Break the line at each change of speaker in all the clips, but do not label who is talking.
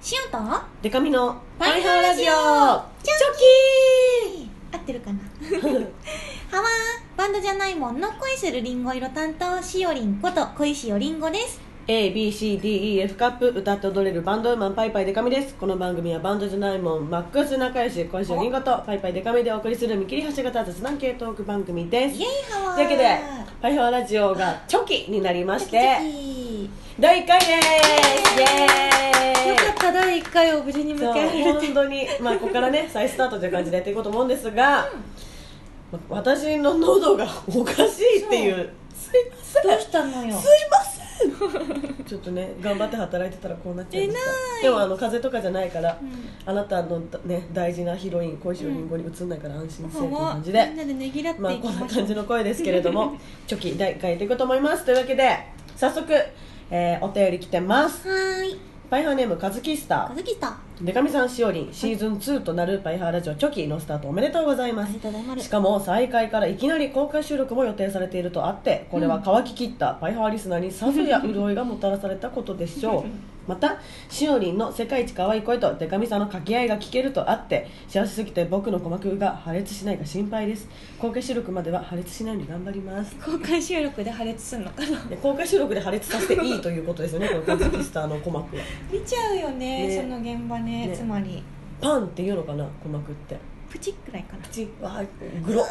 シュンとフ
デカミのファイハーラジオチ
チ
ョ
ョキ合ってるかな
キー
ハワーバンドじゃないもんの恋するりんご色担当しおりんこと恋しおりんごです
ABCDEF カップ歌って踊れるバンドウーマンパイパイデカミですこの番組はバンドじゃないもんマックス仲良し今週リンゴとパイパイデカミでお送りする見切り発車型雑談系トーク番組で
イ
す
ェイハワー
というわけでファイハーラジオがチョキになりまし
チョ
て
キ
第1回ですイ
チョキ
エーイ
よかった第1回を無事に
そう
迎えられて
本当に、まあ、ここからね再スタートという感じでやっていこうと思うんですが、ま私の喉がおかしいっていうすいません
どうしたのよ
すいませんちょっとね頑張って働いてたらこうなっちゃいまし
えない
たでもあの風邪とかじゃないから、
うん
あなたのね大事なヒロイン恋しをりんごに移んないから安心せえという
ハワ
感
み
じ
ん
で、
なでねぎらっていき
ま
ま
あ
しょ
こ
うん
な感じの声ですけれ どもチョキ第1回やっていこうと思いますというわけで早速、えーお便り来てます
はーい
パイハーネームカズキスター
かずきさんあ
でかみさんしおりんシーズン2となる「パイハーラジオチョキ」のスタートおめでとうございま
り
す
がとうございま
し
す
かも再開からいきなり公開収録も予定されているとあってこれは乾ききったパイハーリスナーにさぞや潤いがもたらされたことでしょうまたしおりんの世界一可愛い声とでかみさんの掛け合いが聞けるとあって幸せすぎて僕の鼓膜が破裂しないか心配です公開収録までは破裂しないように頑張ります
公開収録で破裂すんのかな
で公開収録で破裂させていいということですよねこのカズキスターの鼓膜は
見ちゃうよね
ね
その現場ね
ね
つまり
パンっていうのかな鼓膜って
プチくらいかな
口はグロ
あ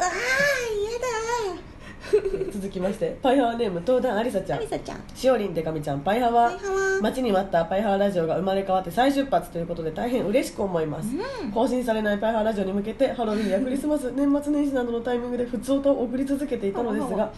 あ嫌だ
続きましてパイハーネーム東壇ありさちゃん
みさちゃん
しおりんでかみちゃんパイハ
は
ワ
いは
待ちに待ったパイハーラジオが生まれ変わって再出発ということで大変嬉しく思います、
うん
更新されないパイハーラジオに向けてハロウィンやクリスマス年末年始などのタイミングで普通歌を送り続けていたのですが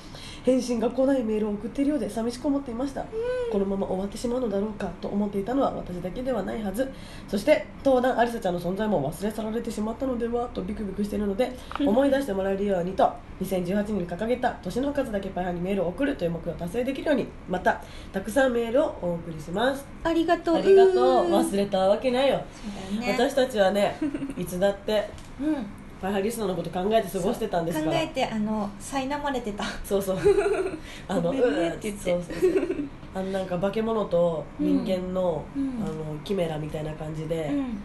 返信が来ないメールを送っているようで寂しく思っていました、このまま終わってしまうのだろうかと思っていたのは私だけではないはずそして登壇ありさちゃんの存在も忘れ去られてしまったのではとビクビクしている ので思い出してもらえるようにと2018年に掲げた年の数だけパイハーにメールを送るという目標を達成できるようにまたたくさんメールをお送りします
ありがとう
ありがとう
忘
忘
れ
れたわけないよ
そうだよね
私たちはねいつだって
うん
パイハーリスナーのこと考えて過ごしてたんですか
考
ら
えてあの苛まれてた
そうそう あ
ご
の
めんねって言って
うーそうそうそうあのなんか化け物と人間の,、
うんうん
あのキメラみたいな感じで、
うん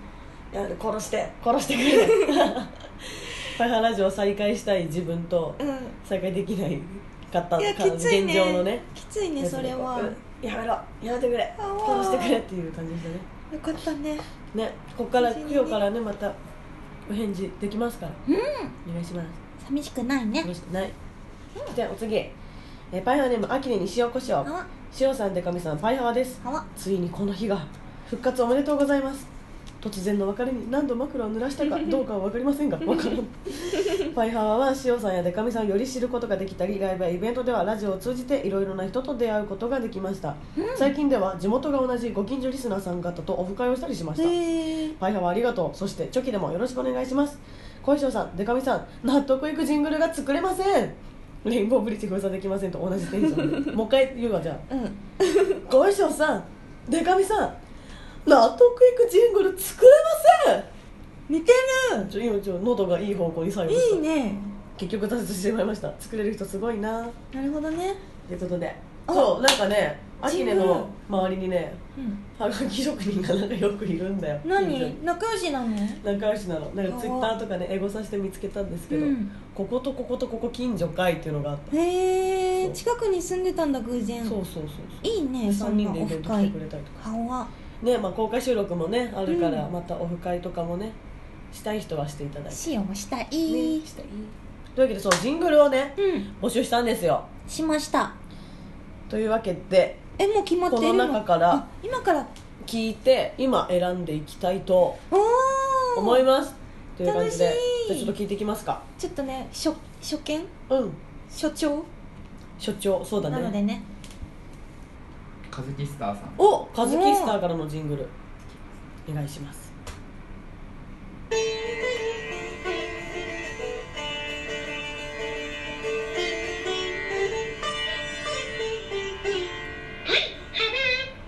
いや殺して殺してくれ パイハーラジオ再開したい自分と
う
再開できないかった
んいや
か
きつい
現状のね
ねきついね
やつで
それは
うんやめろやめてくれ
あわ
殺してくれっていう感じでしたね
よかったね
ねここから
無事にね
今日からねまたお返事できますから
うん
お願いします
寂しくないね
よしない、じゃあお次えーパイハーネームあきねに塩コショ
あ
ウ
わ
塩さんでかみさんパイハーです
あわ
ついにこの日が復活おめでとうございます突然の別れに何度枕を濡らしたかどうかは分かりませんがわからんパイハワは塩さんやデカミさんをより知ることができたりライブやイベントではラジオを通じていろいろな人と出会うことができました、最近では地元が同じご近所リスナーさん方とオフ会をしたりしました
へえ
パイハワありがとうそしてチョキでもよろしくお願いします小石さんデカミさん納得いくジングルが作れませんレインボーブリッジ封鎖できませんと同じテンションでもう一回言うわじゃあ
うん
ご衣装さんでかみさん納得いくジングル作れま
似て
せんちょ今ちょ喉がいい方向に最後
るいいね
結局挫折してしまいました作れる人すごいな
なるほどね
ということで
あ
そうなんかねア
ジ
キ
ング
ネ
ル
の周りにね
うん
はがき職人がなんかよくいるんだよ近所に
何仲良しなの
仲良しなのなんかツイッターとかねエゴさして見つけたんですけど、
うん
こことこことここ近所かいっていうのがあった、
へえ
そう
近くに住んでたんだ偶然
そうそうそう
いい
そう
ねそ
3
んな
人でイ
オ
ベ
フ
ント来て
会
くれたりとか
顔は
ねまあ、公開収録もねあるから、
うん
またオフ会とかもねしたい人はしていただいて、
シオもしたい、
ね、したいというわけでそうジングルをね
うん
募集したんですよ
しました
というわけで
えもう決まって
こ
いる
の
の
中から
あ今から
聞いて今選んでいきたいと
おお
思いますという感じで
楽しい
じゃあちょっと聞いていきますか
ちょっとね初初見
うん
所長
所長そうだ
なので
ね
ね
カズキスターさん
おカズキスターからのジングルお願いします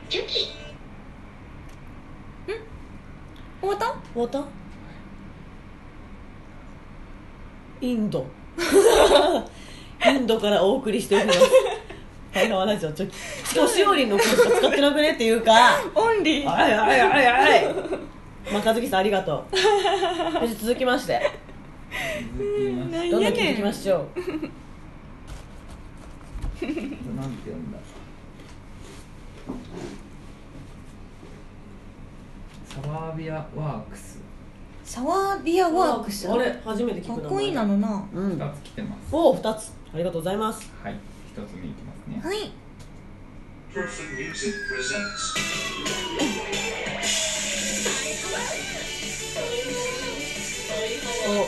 チョキ
終わった
終わったインドインドからお送りしております会話ラジオチョキしかもしおりんの声しか使ってなくねっていうか
オンリー
あいあいあいあいまあ和樹さんありがとうそして続きまして
続きまして
どんどん聞いていきましょう
なんて読んだサワービアワークス
サワービアワークス
あれ初めて聞
か
く
っ
名前
こいいなのなは
うん
2つ来てます
おお2つありがとうございます
はい一つ目いきますね
い
Perfect Music presents.
お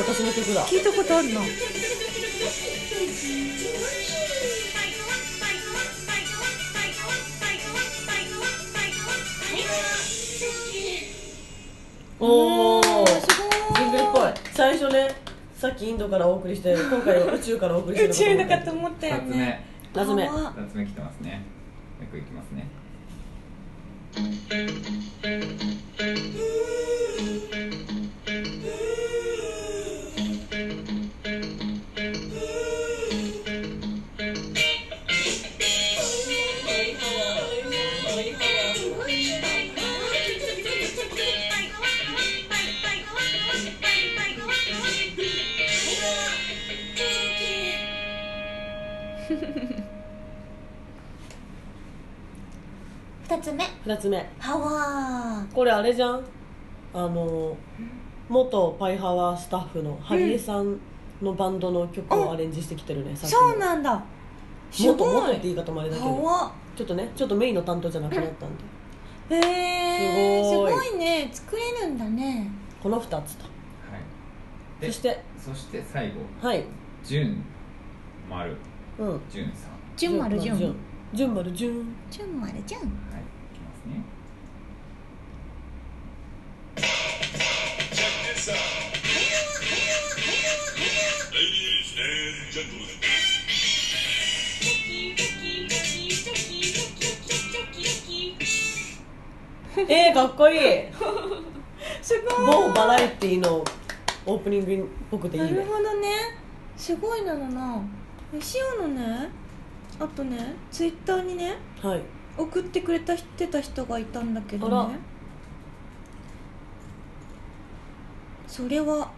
私の曲だ
お聞いたことあるな
おお
ーすご
ジングルっぽい
ー
最初ねさっきインドからお送りして今回は宇宙からお送りし て
宇宙のかと
思
思ったよ
2つ
ね
目
った謎目
かわ
2つ目来てますねよくいきますね
二つ目
2つ目
ハワ
これあれじゃんあの元パイハワスタッフのハリエさんのバンドの曲をアレンジしてきてるね、
ー
さっきの
そうなんだす
元元
ご
って
い
言い方もあれだけ
ハ
ど
ワ
ちょっとねちょっとメインの担当じゃなくなったんで、
へえす
すご
ご
い
いね作れるんだね
この2つと
はい
そ
で
して
そして最後
はい
ジュン丸
うん
ジュンさん
ジュンマルジュン
ジュンマルジュ ン
ジュンマルジュン
はいいきますね
Check this out. Ladies and gentlemen.
Thank
えー、かっこいい
す
某バラエティのオープニングっぽくていい
なる
ね
ほどねすごいなのな塩のねあとねツイッターにね
はい
送ってくれたてた人がいたんだけ
あ
ど
ら
ねそれは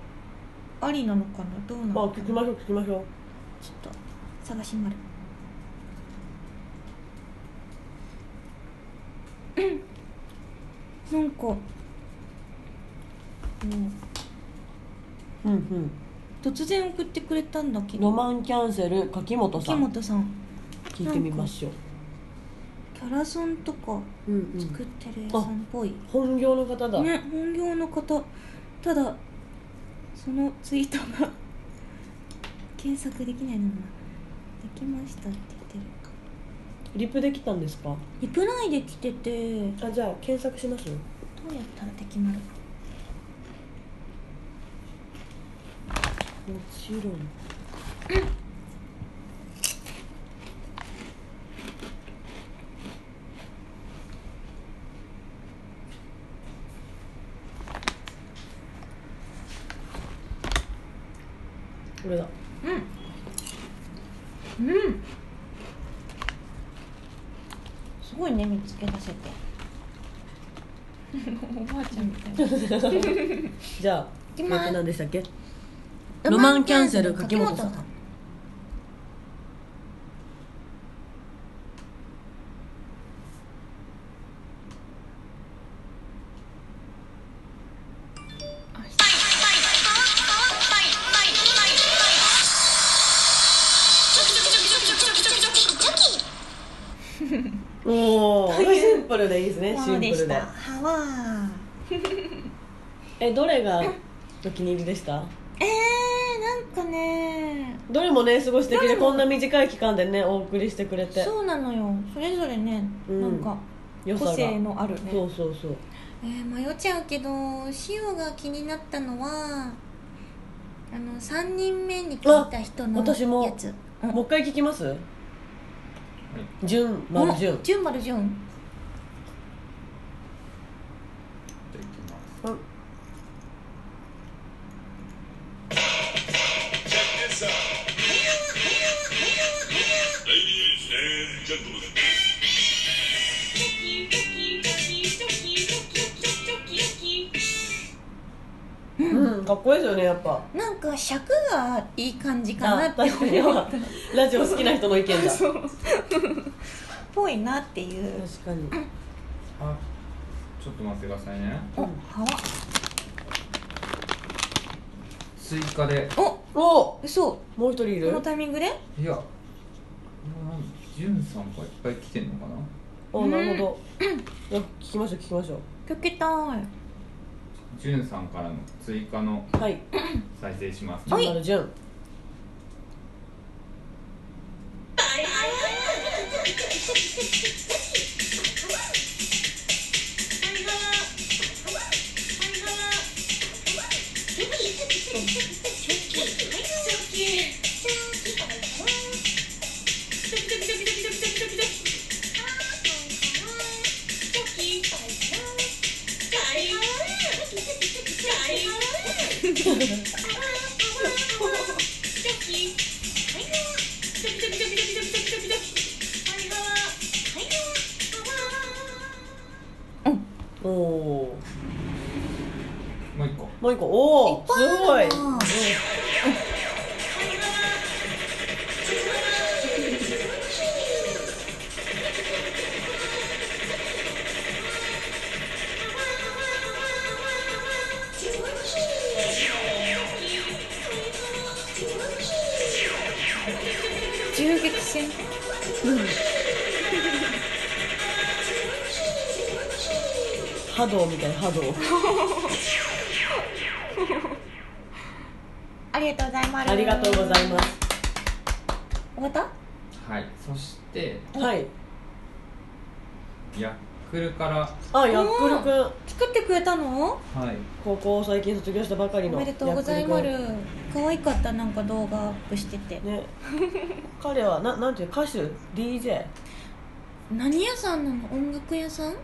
ありなのかなどうな
まあ
のか
聞
な
きましょう聞きましょう
ちょっと探しまるうんなんかもう
うんうん
突然送ってくれたんだけ
ロ
ど
マンキャンセル柿本さ
木
ん
本さん
聞いてみましょう
キャラソンとか
うん
作ってる屋さんっぽい、
本業の方だ、
ね本業の方ただそのツイートが検索できないのができましたって言ってる
リプできたんですか
リプライで来ててど
あじゃあ検索します
うやったらできまる
もちろんこれだ
うんうんすごいね見つけ出せておばあちゃんみたいな
じゃあ
きます
えっと何でしたっけロマンキャンセル柿本さんおおシンプルでいいですねシ
そう
ンプ
で
ル
し
で
たはわ
えどれがお気に入りでした
ーえー、なんかね
どれもねすごい素敵
ど
で
れも
こんな短い期間でねお送りしてくれて
そうなのよそれぞれね、
うん
なんか
良さ
個
が
性のあるね
そうそうそう
えー迷っちゃうけど塩が気になったのはあの3人目に聞いた人のやつ
私も
うん
もう一回聞きますじゅんまるじゅん
ジュン丸ジュン
じゃあいきます
あ
Check this out. Ladies
かっこいいですよねやっぱ
なんか尺がいい感じかなって
あ確か に
思った
ラジオ好きな人の意見だ確
そうぽいなっていう
かに
あちょっと待ってくださいね
おは
追加で
わ
お
おそ
もう一人いう
こ
る
のタイミングで
いやこれはジュンさんがいっぱい来てんのかな
おなるほどいや聞きましょう聞きましょ
聞きたい
ジュンさんからの追加の
うはい
再生します
ま
ね
るじゅんおお
もう一個
もう一個お
いっ
お
ぱ
すごい
いあるな銃撃戦
波動みたいな波動
ありがとうございます
ありがとうございます
終わった
はいそして
すはい
ヤックルから
あやっくるくん
作ってくれたの
はい
高校を最近卒業したばかり
お
の
めでとうございま
やっく
す可愛かったなんか動画アップしてて
るくんね 彼はななんていう歌手 DJ
何屋さんなの音楽屋さん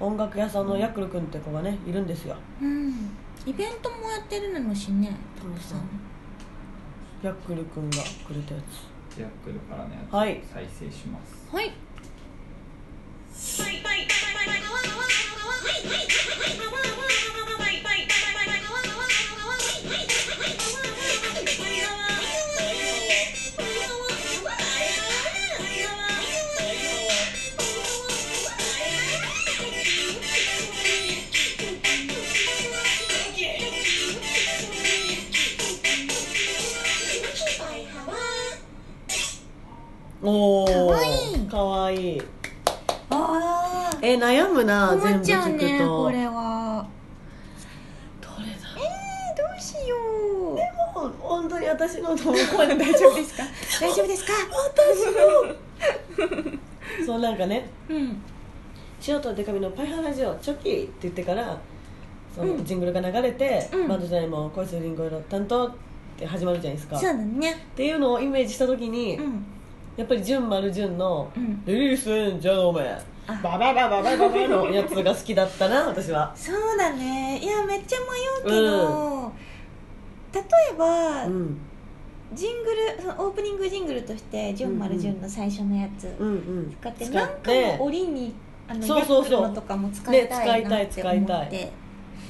音楽屋さんのヤクルくんって子がねいるんですよ
うんイベントもやってるのもしねたくさん
ヤクルくんがくれたや
ヤックルからね
はい
再生します
はい
つおお
かわいい
かわいい
ああ
え悩むな
困
全
っ
部
ちゃう
聞く
ね
と
これは
どれだ
えー、どうしよう
もう本当に私の声で大
大丈夫 ですか大丈夫ですか
そうなんかね
うん
「塩とデカミのパイハーラジオチョキ」って言ってからその
うん
ジングルが流れて、
うん
バンドじゃないもん恋するリンゴ色担当って始まるじゃないですか
そう
っ
だね
ていうのをイメージした時に、
うん
やっぱり純丸純の
う
「
ん
リリースじゃあお前
あ
バババババババ」のやつが好きだったな私は
そうだねいやめっちゃ迷うけど、例えば、
うん
ジングルそのオープニングジングルとして「ジョン・マル・ジュン」の最初のやつ
うんうん
使って、
使
なんかも折にあの
そうそうそ
ヤッ
う
クルのとかも使いたいなって思
ね使いた
っ
い
て、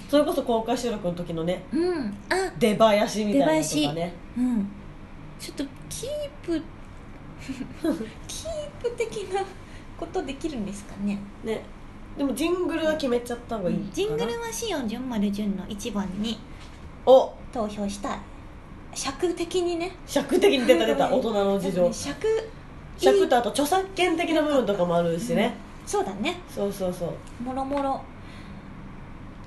使それこそ公開収録の時のね
うんあ
出囃子みたいなのとかね
うんちょっとキープ キープ的なことできるんですかね
ねでもジングルは決めちゃった方がいいかな
ジングルはシオン・ジョン・マル・ジュンの一番に
お
投票したい尺的にね
尺的に出た出た大人の事
やっ
情
ぱね尺
尺とあと著作権的な部分とかもあるしね
そうだね
そうそうそう
もろもろ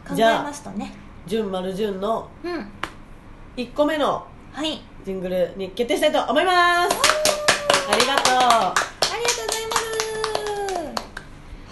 考
じ
え
ゃあ
ますとね
純丸純の
うん
1個目の
はい
ジングルに決定したいと思いますありがと
ありがとうございます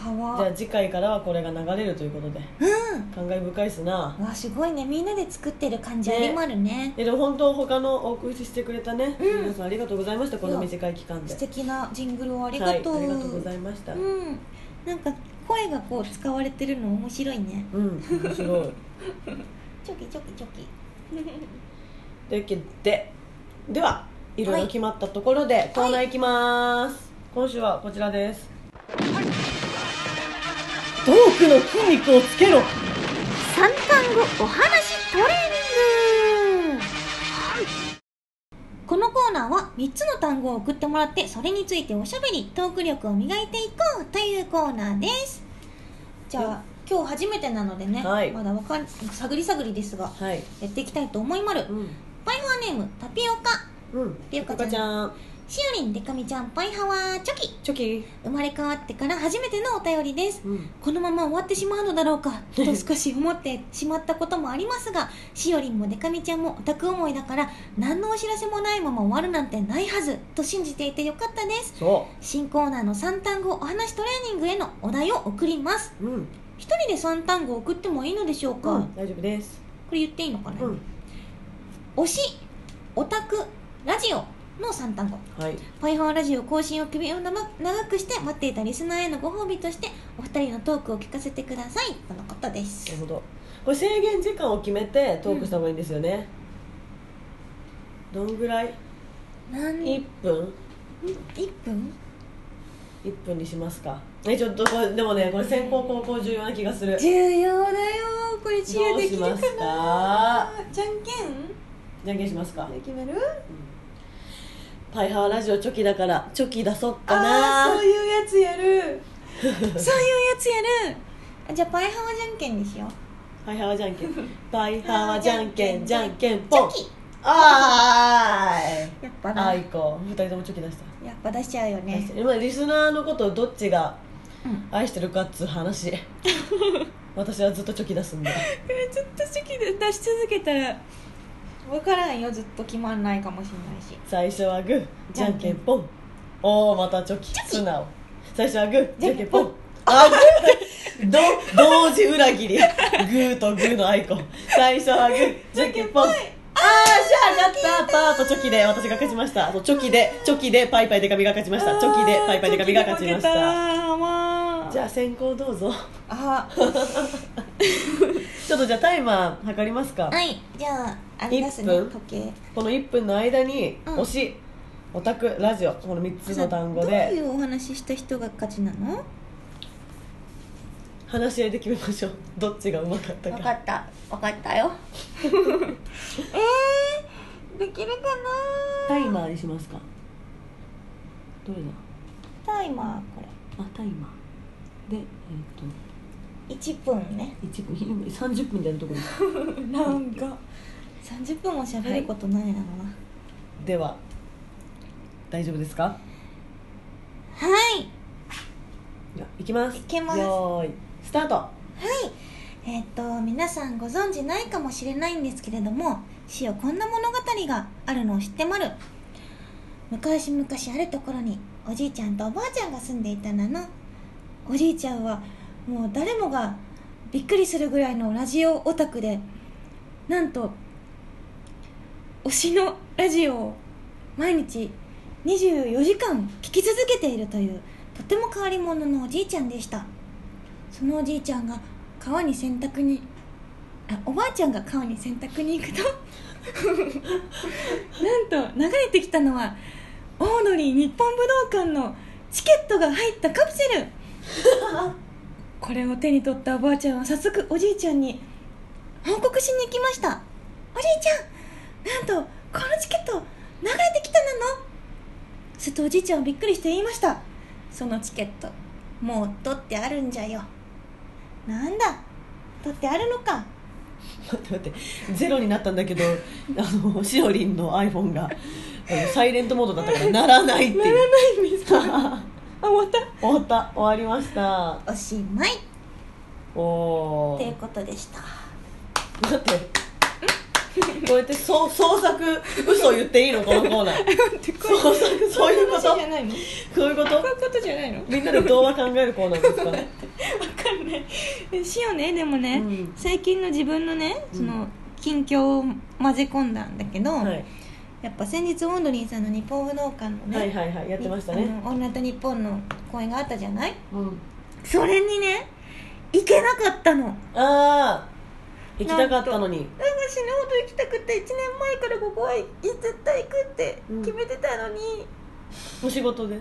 は
うじゃあ
わ
次回からはこれが流れるということで
う
感慨深いっすなん
わすごいねみんなで作ってる感じありまるね
えでも本当他のお送りしてくれたね、
うん
皆さんありがとうございましたこの短い期間で
素敵なジングルをあり
は
が
い、
とう、
ありがとうございましたう
うんなんか声がこう使われてるの面白いね
ん面白い
チョキチョキチョキ
というわけでではいろいろ決まったところでコーナーいきます、今週はこちらです、トークの筋肉をつけろ
三単語お話トレーニングーは3つの単語を送ってもらってそれについておしゃべりトーク力を磨いていこうというコーナーですじゃあ今日初めてなのでね、
はい
まだわかん探り探りですが
はい
やっていきたいと思いまる
うん
パイハワネームタピオカ
うん
りゅうかちゃん
ゃん
しおりんでかみちゃんパイハワチョキ
チョキ
生まれ変わってから初めてのお便りです
うん
このまま終わってしまうのだろうかと少し思ってしまったこともありますがしおりんもでかみちゃんもオタク思いだから何のお知らせもないまま終わるなんてないはずと信じていてよかったです
そ
新コーナーの3単語お話トレーニングへのお題を送ります
ううん
1人で3単語送ってもいいのでしょうか、
う
こ
ん大丈夫です
れ言っていいのかな、
うん
推しオタクラジオの3単語
はい
パイハワラジオ更新を首を長くして待っていたリスナーへのご褒美としてお二人のトークを聞かせてくださいとのことで
なる
す
ほどこれ制限時間を決めてトークした方がいいんですよね、どんぐらい
何
1分
1分
1分にしますかえちょっとこれでもねこれ先行後攻重要な気がする
重要だよこれ治
ど
癒
う
で
し
きるか
ます
な
か
じゃんけ
じゃんけんしますか
んで決める
パイハワラジオチョキだからチョキ出そっか
あ
な
ーそういうやつや るそういうやつやるあじゃあパイハワじゃんけんにしよう
パイハワじゃんけんパイハワじゃんけんじゃんけんポン
チョ
あーい
やっぱな
あーい
や
こう2人ともチョキ出した
っぱ出しちゃうよね
今リスナーのことをどっちが
うん
愛してるかっつ う話私はずっとチョキ出すんで
これずっと好きで出し続けたら分からんよずっと決まんないかもしれないし
最初はグーじゃんけんポンおおまたチョキ素直最初はグーじゃんけんポンあグーど 同時裏切りグーとグーのアイコン最初はグーじゃんけんポンあーしゃーやったーパーとチョキで私が勝ちましたそうチョキでチョキでパイパイデカミが勝ちましたチョキでパイパイデカミが勝ちまし
チョキで負
た
けたまあ
じゃあ先行どうぞ
あ
ちょっとじゃあタイマー測りますか
はいじゃああれですね
一分
時計
この1分の間に
うん
推しオタクラジオこの3つの単語
どうい
で
うお話しした人が勝ちなの
話し合いで決めましょうどっちがうまかったか
分かった分かったよ えー、できるかな
タイマーにしますかどれだ
タイマーこ
あタイマーでえっ、
れ1分ね
と1分30分でやるところです
なんか30分も喋ることないな
では大丈夫ですか
はい、はい
じゃあいきます
いきます
よーいスタート
はい、えーっ、と皆さんご存知ないかもしれないんですけれども死よこんな物語があるのを知ってまる昔々あるところにおじいちゃんとおばあちゃんが住んでいたなのおじいちゃんはもう誰もがびっくりするぐらいのラジオオタクでなんと推しのラジオを毎日24時間聞き続けているというとても変わり者のおじいちゃんでしたそのおじいちゃんが川に洗濯にあおばあちゃんが川に洗濯に行くと なんと流れてきたのはオードリー日本武道館のチケットが入ったカプセルこれを手に取ったおばあちゃんは早速おじいちゃんに報告しに行きましたおじいちゃんなんとこのチケット流れてきたなのするとおじいちゃんはびっくりして言いましたそのチケットもう取ってあるんじゃよなんだ取ってあるのか
待って待ってゼロになったんだ けどあのしおりんの iPhone があのサイレントモードだったから鳴らないっていう
ないんです
終
あま
わった 終わりました
たおしまい
おお
ということでした
待ってこうやってそう 創作嘘言っていいのこのコーナー創作そういうこと
じゃないのこ
そういうこと
ういうことじゃないの
みんなで童話考えるコーナー ですか
分かんないしよねでもね、
うん
最近の自分のねその近況を混ぜ込んだんだけど、
はい、
やっぱ先日オードリーさんの日本武道館のね、
はいはいはいやってましたね、
あのオールナイトニッポンの公演があったじゃない
うん、
それにね行けなかったの
ああ行きたかったのに
なんか死ぬほど行きたくて1年前からここは絶対行くって決めてたのに、
お仕事で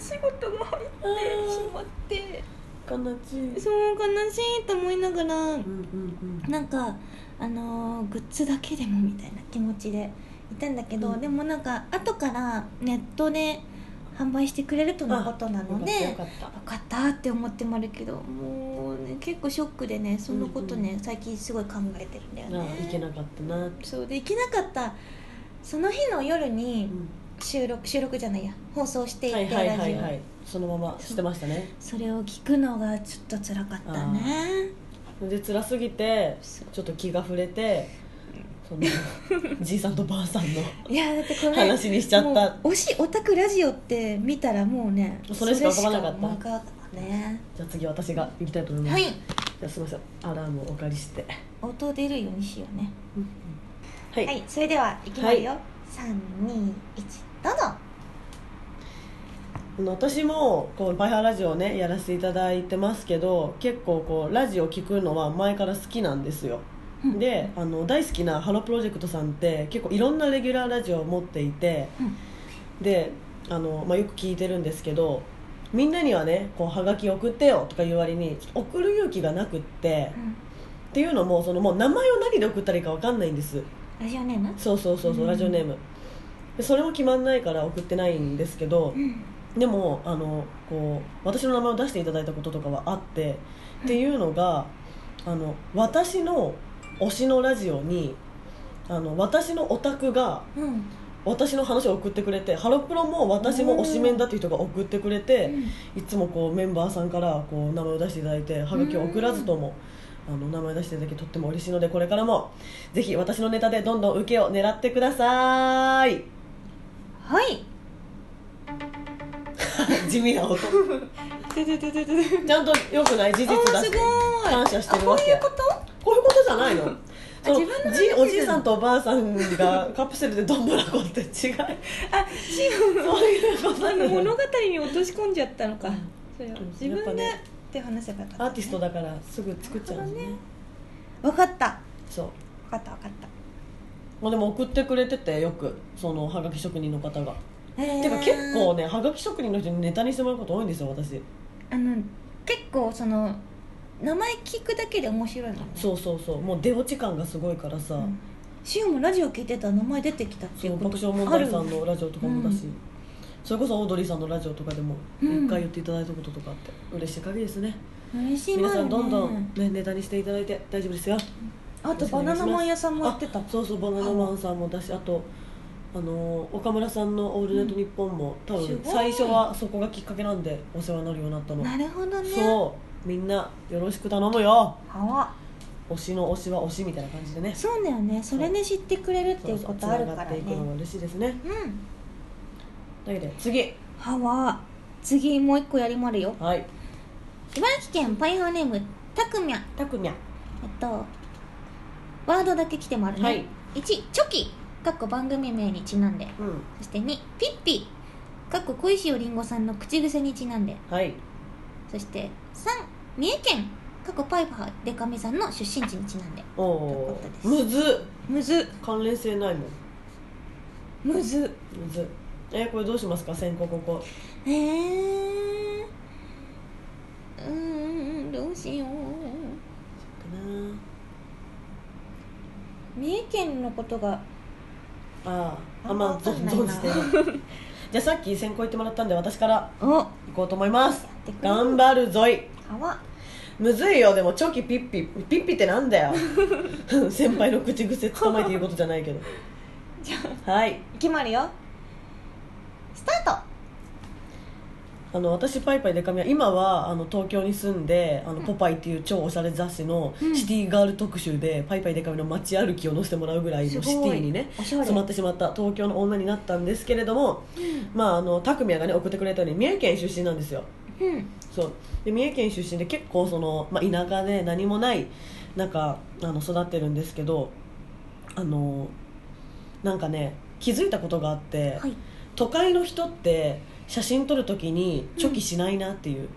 仕事も入って
あー
しまって
悲しい
そう悲しいと思いながら
うんうんうん
なんかあのーグッズだけでもみたいな気持ちでいたんだけど、
うん
でもなんか後からネットで販売してくれるとのことなので
よ
よ
かったよ
か
かっ
ったって思ってもあるけどもう、ね、結構ショックでねそのことね、最近すごい考えてるんだよ
た
ね
なあいけなかったなって、
そうで行けなかったその日の夜
う
に
ん
収録収録じゃないや放送していて
は
ラジオ、
いはいはいはいそのまましてましたね
それを聞くのがちょっと辛かったね
で辛すぎて
そう
ちょっと気が触れて そのじいさんとばあさんの
いやだってこれ
話にしちゃった
もう推しオタクラジオって見たらもうね
それしか浮かばなかっ
そ
た
れしか浮かばなかったね
じゃあ次私が行きたいと思いま
は
す、
い
じゃあすみませんアラームをお借りして
音出るようにしようね
はい、
はいそれではいきますよ、321どうぞ
あの私もこうバイハーラジオをねやらせていただいてますけど結構こうラジオ聞くのは前から好きなんですよ
うん
であの大好きなハロプロジェクトさんって結構いろんなレギュラーラジオを持っていて、であの、まあ、よく聞いてるんですけどみんなにはねこうはがき送ってよとか言う割にちょっと送る勇気がなくって
うん
っていうのもそのもう名前を何で送ったらいいか分かんないんです
ラジオネーム
そうそうそうそう、
うん
ラジオネームでそれも決まんないから送ってないんですけど、
うん
でもあのこう私の名前を出していただいたこととかはあってっていうのがあの私の推しのラジオにあの私のオタクが
うん
私の話を送ってくれてハロプロも私も推しメンだっていう人が送ってくれていつもこうメンバーさんからこう名前を出していただいてはがきを送らずとも。あの名前出していただきとっても嬉しいのでこれからもぜひ私のネタでどんどん受けを狙ってください
はい
地味な音
てててててて
ちゃんと良くない事実
あー
だし
すご
て
い
感謝してる
あ
わ
こ
け
ういうこと
こういうことじゃないのその
自分の話
じおじいさんとおばあさんがカプセルでどんぶらこ って違い
あシム
そういうこと
あ
な
の
の
物語に落とし込んじゃったのか
うん
それを
うん
自
やっぱ
分でっ
ね
て話せばよかった、
アーティストだからすぐ作っちゃうんだ
な
ね
る分かった
そう
分かった分かった
まあでも送ってくれててよくそのはがき職人の方が
えー
てか結構ねはがき職人の人にネタにしてもらうこと多いんですよ私
あの結構その名前聞くだけで面白いのね
そうそうそうもう出落ち感がすごいからさ、
うんシオもラジオ聞いてたら名前出てきたって
そ
いううこ
爆
と
笑問
あ
題
る
さんのラジオとかもだし、
う
それこそオードリーさんのラジオとかでも
うん
一回言っていただいたこととかあって嬉しい限りですね、
嬉しい
皆
も
さん
ね
どんどん、ね、ネタにしていただいて大丈夫ですよ
あとバナナマン屋さんもやってた
あそうそうバナナマンさんもだしあとあのー岡村さんの「オールナイトニッポンも」多
す
分
ごい
最初はそこがきっかけなんでお世話になるようになったの、
なるほどね
そうみんなよろしく頼むよ
は
推しの推しは推しみたいな感じでね
そうだよねそれで知ってくれるっていうことあるから
そうそうつながっていくの
ね
が嬉しいですね
うん
というわけで次
はわ次もう一個やりまるよ
はい
茨城県パイハーネームたくみゃん
たくみゃ
えっとワードだけ来てもあるね、
はい
1チョキかっこ番組名にちなんで
うん
そして2ピッピかっこ小石よりんごさんの口癖にちなんで
はい
そして3三重県かっこパイパーでかみさんの出身地にちなんで
お
というこ
お
とです
むず
むず
関連性ないもん
むず
むずえーこれどうしますか先行ここ
えー、うーんどうしよう
かな
三重県のことが
ああ
あ
あ
ん
ま
ま
あ
わかん
存
ないな
存じてる じゃあさっき先行行ってもらったんで私から
お
行こうと思います
やってくれる
頑張るぞい
川
むずいよでもチョキピッピピッピってなんだ よ先輩の口癖捕まえて言うことじゃないけど
じゃ
はい
決まるよスタート
あの私パイパイデカミは今はあの東京に住んで「あのポパイ」っていう超おしゃれ雑誌の
うん
シティガール特集で、パイパイデカミの街歩きを載せてもらうぐらいのシティにね
おしゃれ
染まってしまった東京の女になったんですけれども、まああの拓也がね送ってくれたように三重県出身なんですよ
うん
そうで三重県出身で結構その、まあ、田舎で何もない中あの育ってるんですけどあのなんかね気づいたことがあって、
はい
都会の人って写真撮るときにチョキしないなっていう、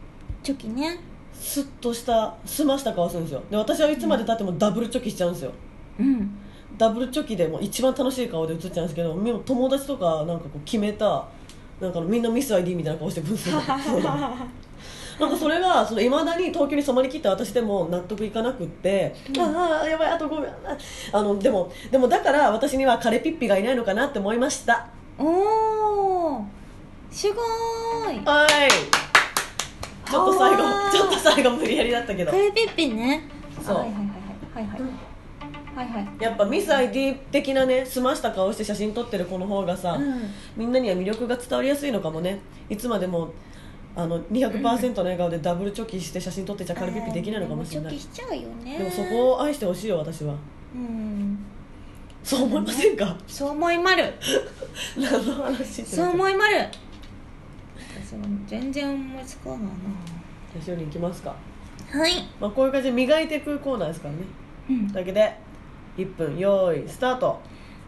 チョキね
スッとした澄ました顔するんですよで私はいつまでたってもダブルチョキしちゃうんですよ
うん
ダブルチョキでもう一番楽しい顔で写っちゃうんですけどでも友達と かなんかこう決めたなんかみんなミス ID みたいな顔してくるんですよそうなんかそれがいまだに東京に染まりきった私でも納得いかなくって、ああやばいあと5秒あのでもでもだから私にはカレピッピがいないのかなって思いました
おおすごーい
はいちょっと最後
あー
ちょっと最後無理やりだったけど
カレーピッピンね
そう
はいはいはいはいはいはいはいはい
やっぱミス ID 的なね澄ました顔して写真撮ってる子の方がさ、
うん
みんなには魅力が伝わりやすいのかもねいつまでもあの200%の笑顔でダブルチョキして写真撮ってちゃカレピッピできないのかもしれな
あーで
い
チョキしちゃうよね
でもそこを愛してほしいよ私は
うん
そう思いませんか
そう思いまる
何の 話って
そう
う
思いまる私も全然思いつかない
私より行きますか、
なはい
まあ、こういう感じで磨いていくコーナーですからね
うん
というわけで1分用意スタート
は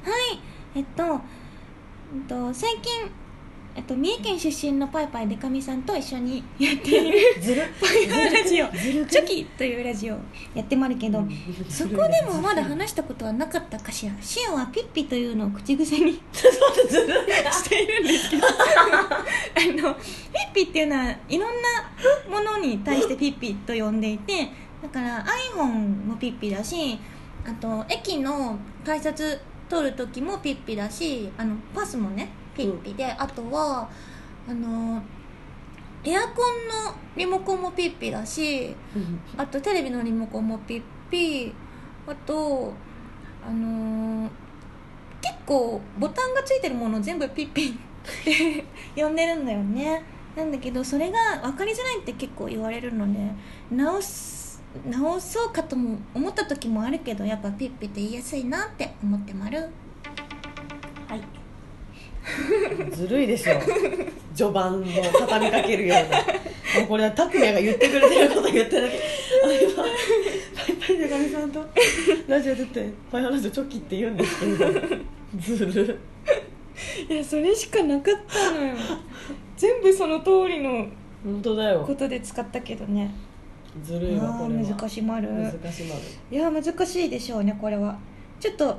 い、えっと、うんと最近、えっと、三重県出身のパイパイでかみさんと一緒にやってい る
ずる
パイパイラジオ
ず
「
る
チョキ」というラジオをやってまるけど、そこで もまだ話したことはなかったかしらシオンはピッピというのを口癖に
ずる
しているんですけどあのピッピっていうのはいろんなものに対してピッピと呼んでいてだから iPhone もピッピだしあと駅の改札通る時もピッピだしあのパスもねピッピで、あとはあのエアコンのリモコンもピッピだしあとテレビのリモコンもピッピあとあのー結構ボタンがついてるものを全部ピッピって 呼んでるんだよねなんだけどそれが分かりづらいって結構言われるので直す直そうかとも思った時もあるけどやっぱピッピって言いやすいなって思ってまるはい
ずるいでしょ序盤の畳みかけるようなもうこれは拓也が言ってくれてること言ってるだけあ今パイパイでかみさんとラジオ出て「パイハラジオチョキ」って言うんですけどずる
いやそれしかなかった のよ全部その通りの
本当だよ
とで使ったけどね
ずるいわこれは
難しまる
難しいまで
いや難しいでしょうねこれはちょっと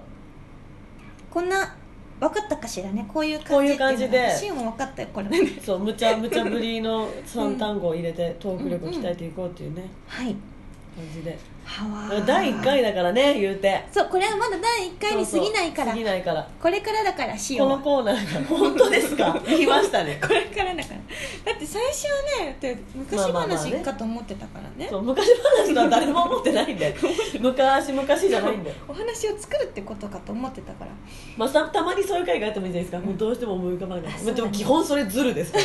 こんな分かったかしらねこういう感じ
こういう感じで
ってのはシーンも分かったよこれね
そう無茶無茶ぶりの3単語を入れてトーク力鍛えていこうっていうね
はい
感じで
はわー
第1回だからね言うて
そうこれはまだ第1回に過ぎないから
そうそう過ぎないから
これからだからシー
こ
ン
の
は
コーナーが本当ですか言いましたね
これからだからだって最初はねだって昔
まあまあまあ
話
ね
かと思ってたからね
そう昔話とは誰も思ってない んで昔昔じゃないんで、
お話を作るってことかと思ってたから
まあ、たたまにそういう回があってもいいじゃないですか、もうどうしても思い浮かばない、
あそうだね
まあ、でも基本それずるですから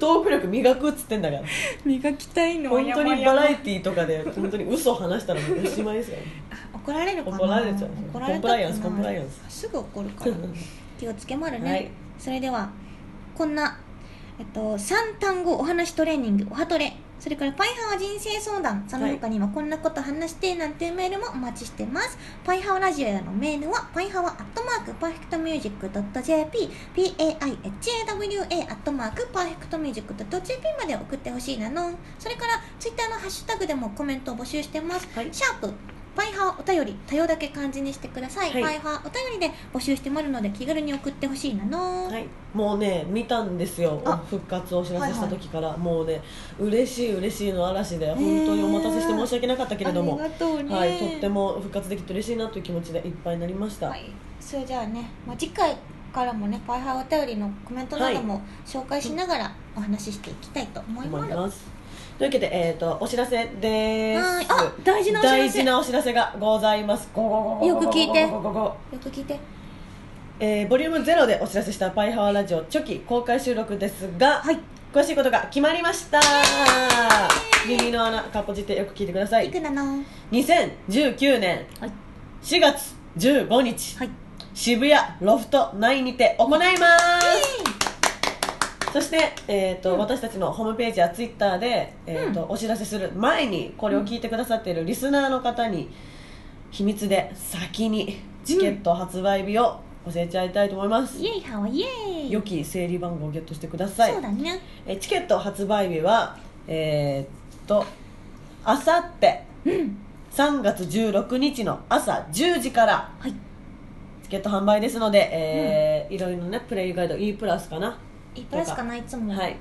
トーク力磨くっつってんだから
磨きたいの
本当にバラエティーとかで本当に嘘を話したらもうおしまいですから、ね、
怒られるかな
怒られちゃう
怒られたく
コンプライアンスコンプライアンス
すぐ怒るから気をつけまるね、
はい
それではこんな、えっと、3単語お話トレーニングおはトレそれからパイハワ人生相談その他にはこんなこと話してなんていうメールもお待ちしてます、パイハワラジオへのメールはパイハワアットマークパーフェクトミュージック .jp paihawa アットマークパーフェクトミュージック .jp まで送ってほしいなのそれからツイッターのハッシュタグでもコメントを募集してます、
はい
シャープパイハワお便り多様だけ漢字にしてください、
はい
パイハワお便りで募集してもらうので気軽に送ってほしいなの、
はい、もうね見たんですよ
あ
復活をお知らせした時から、もうね嬉しい嬉しいの嵐で本当にお待たせして申し訳なかったけれども、
ありがとうね、
はい、とっても復活できて嬉しいなという気持ちでいっぱいになりました、
はい、それじゃあね、まあ、次回からもねパイハワお便りのコメントなども紹介しながらお話ししていきたいと思い
思
ま
い
す、
ますというわけで、えー、とお知らせです
はいあ大事なお知らせ
大事なお知らせがございますごごごごごごごご
よく聞いて
ごごごご
よく聞いて
えーボリュームゼロでお知らせした「パイハワラジオチョキ」公開収録ですが、
はい
詳しいことが決まりました耳の穴かっぽじってよく聞いてくださ
い
い
くなの
2019年
はい
4月15日、
はい
渋谷ロフト内にて行いますそして、えーと私たちのホームページやツイッターで、えーとお知らせする前にこれを聞いてくださっているリスナーの方に秘密で先にチケット発売日を教えちゃいたいと思います、
イエイハワイエイ
良き整理番号をゲットしてください
そうだね
えーチケット発売日はえーっとあさって3月16日の朝10時から
はい
チケット販売ですので、えーいろいろねプレイガイド E プラスかな、
いプラスかないつも
はい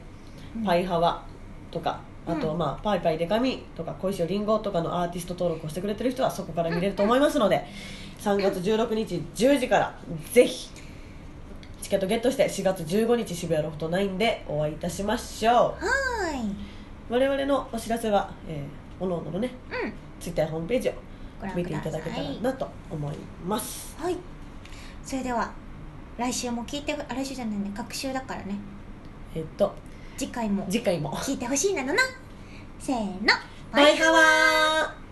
うん
パイハワとかあと、まあ、パイパイデカミとか小石よりんごとかのアーティスト登録をしてくれてる人はそこから見れると思いますので、3月16日10時から、ぜひ、チケットゲットして4月15日渋谷ロフト9でお会いいたしましょう。
はい
我々のお知らせは、えー、おのおののね、
うん
ツイッターホームページを
ご覧
見
く
てい
だ
た
さ
だ
い
けたらなと思います。
はいそれでは来週も聞いてあ来週じゃないね隔週だからね
えっと、
次回も
次回も。
聞いてほしいなのなせーの
バイハワー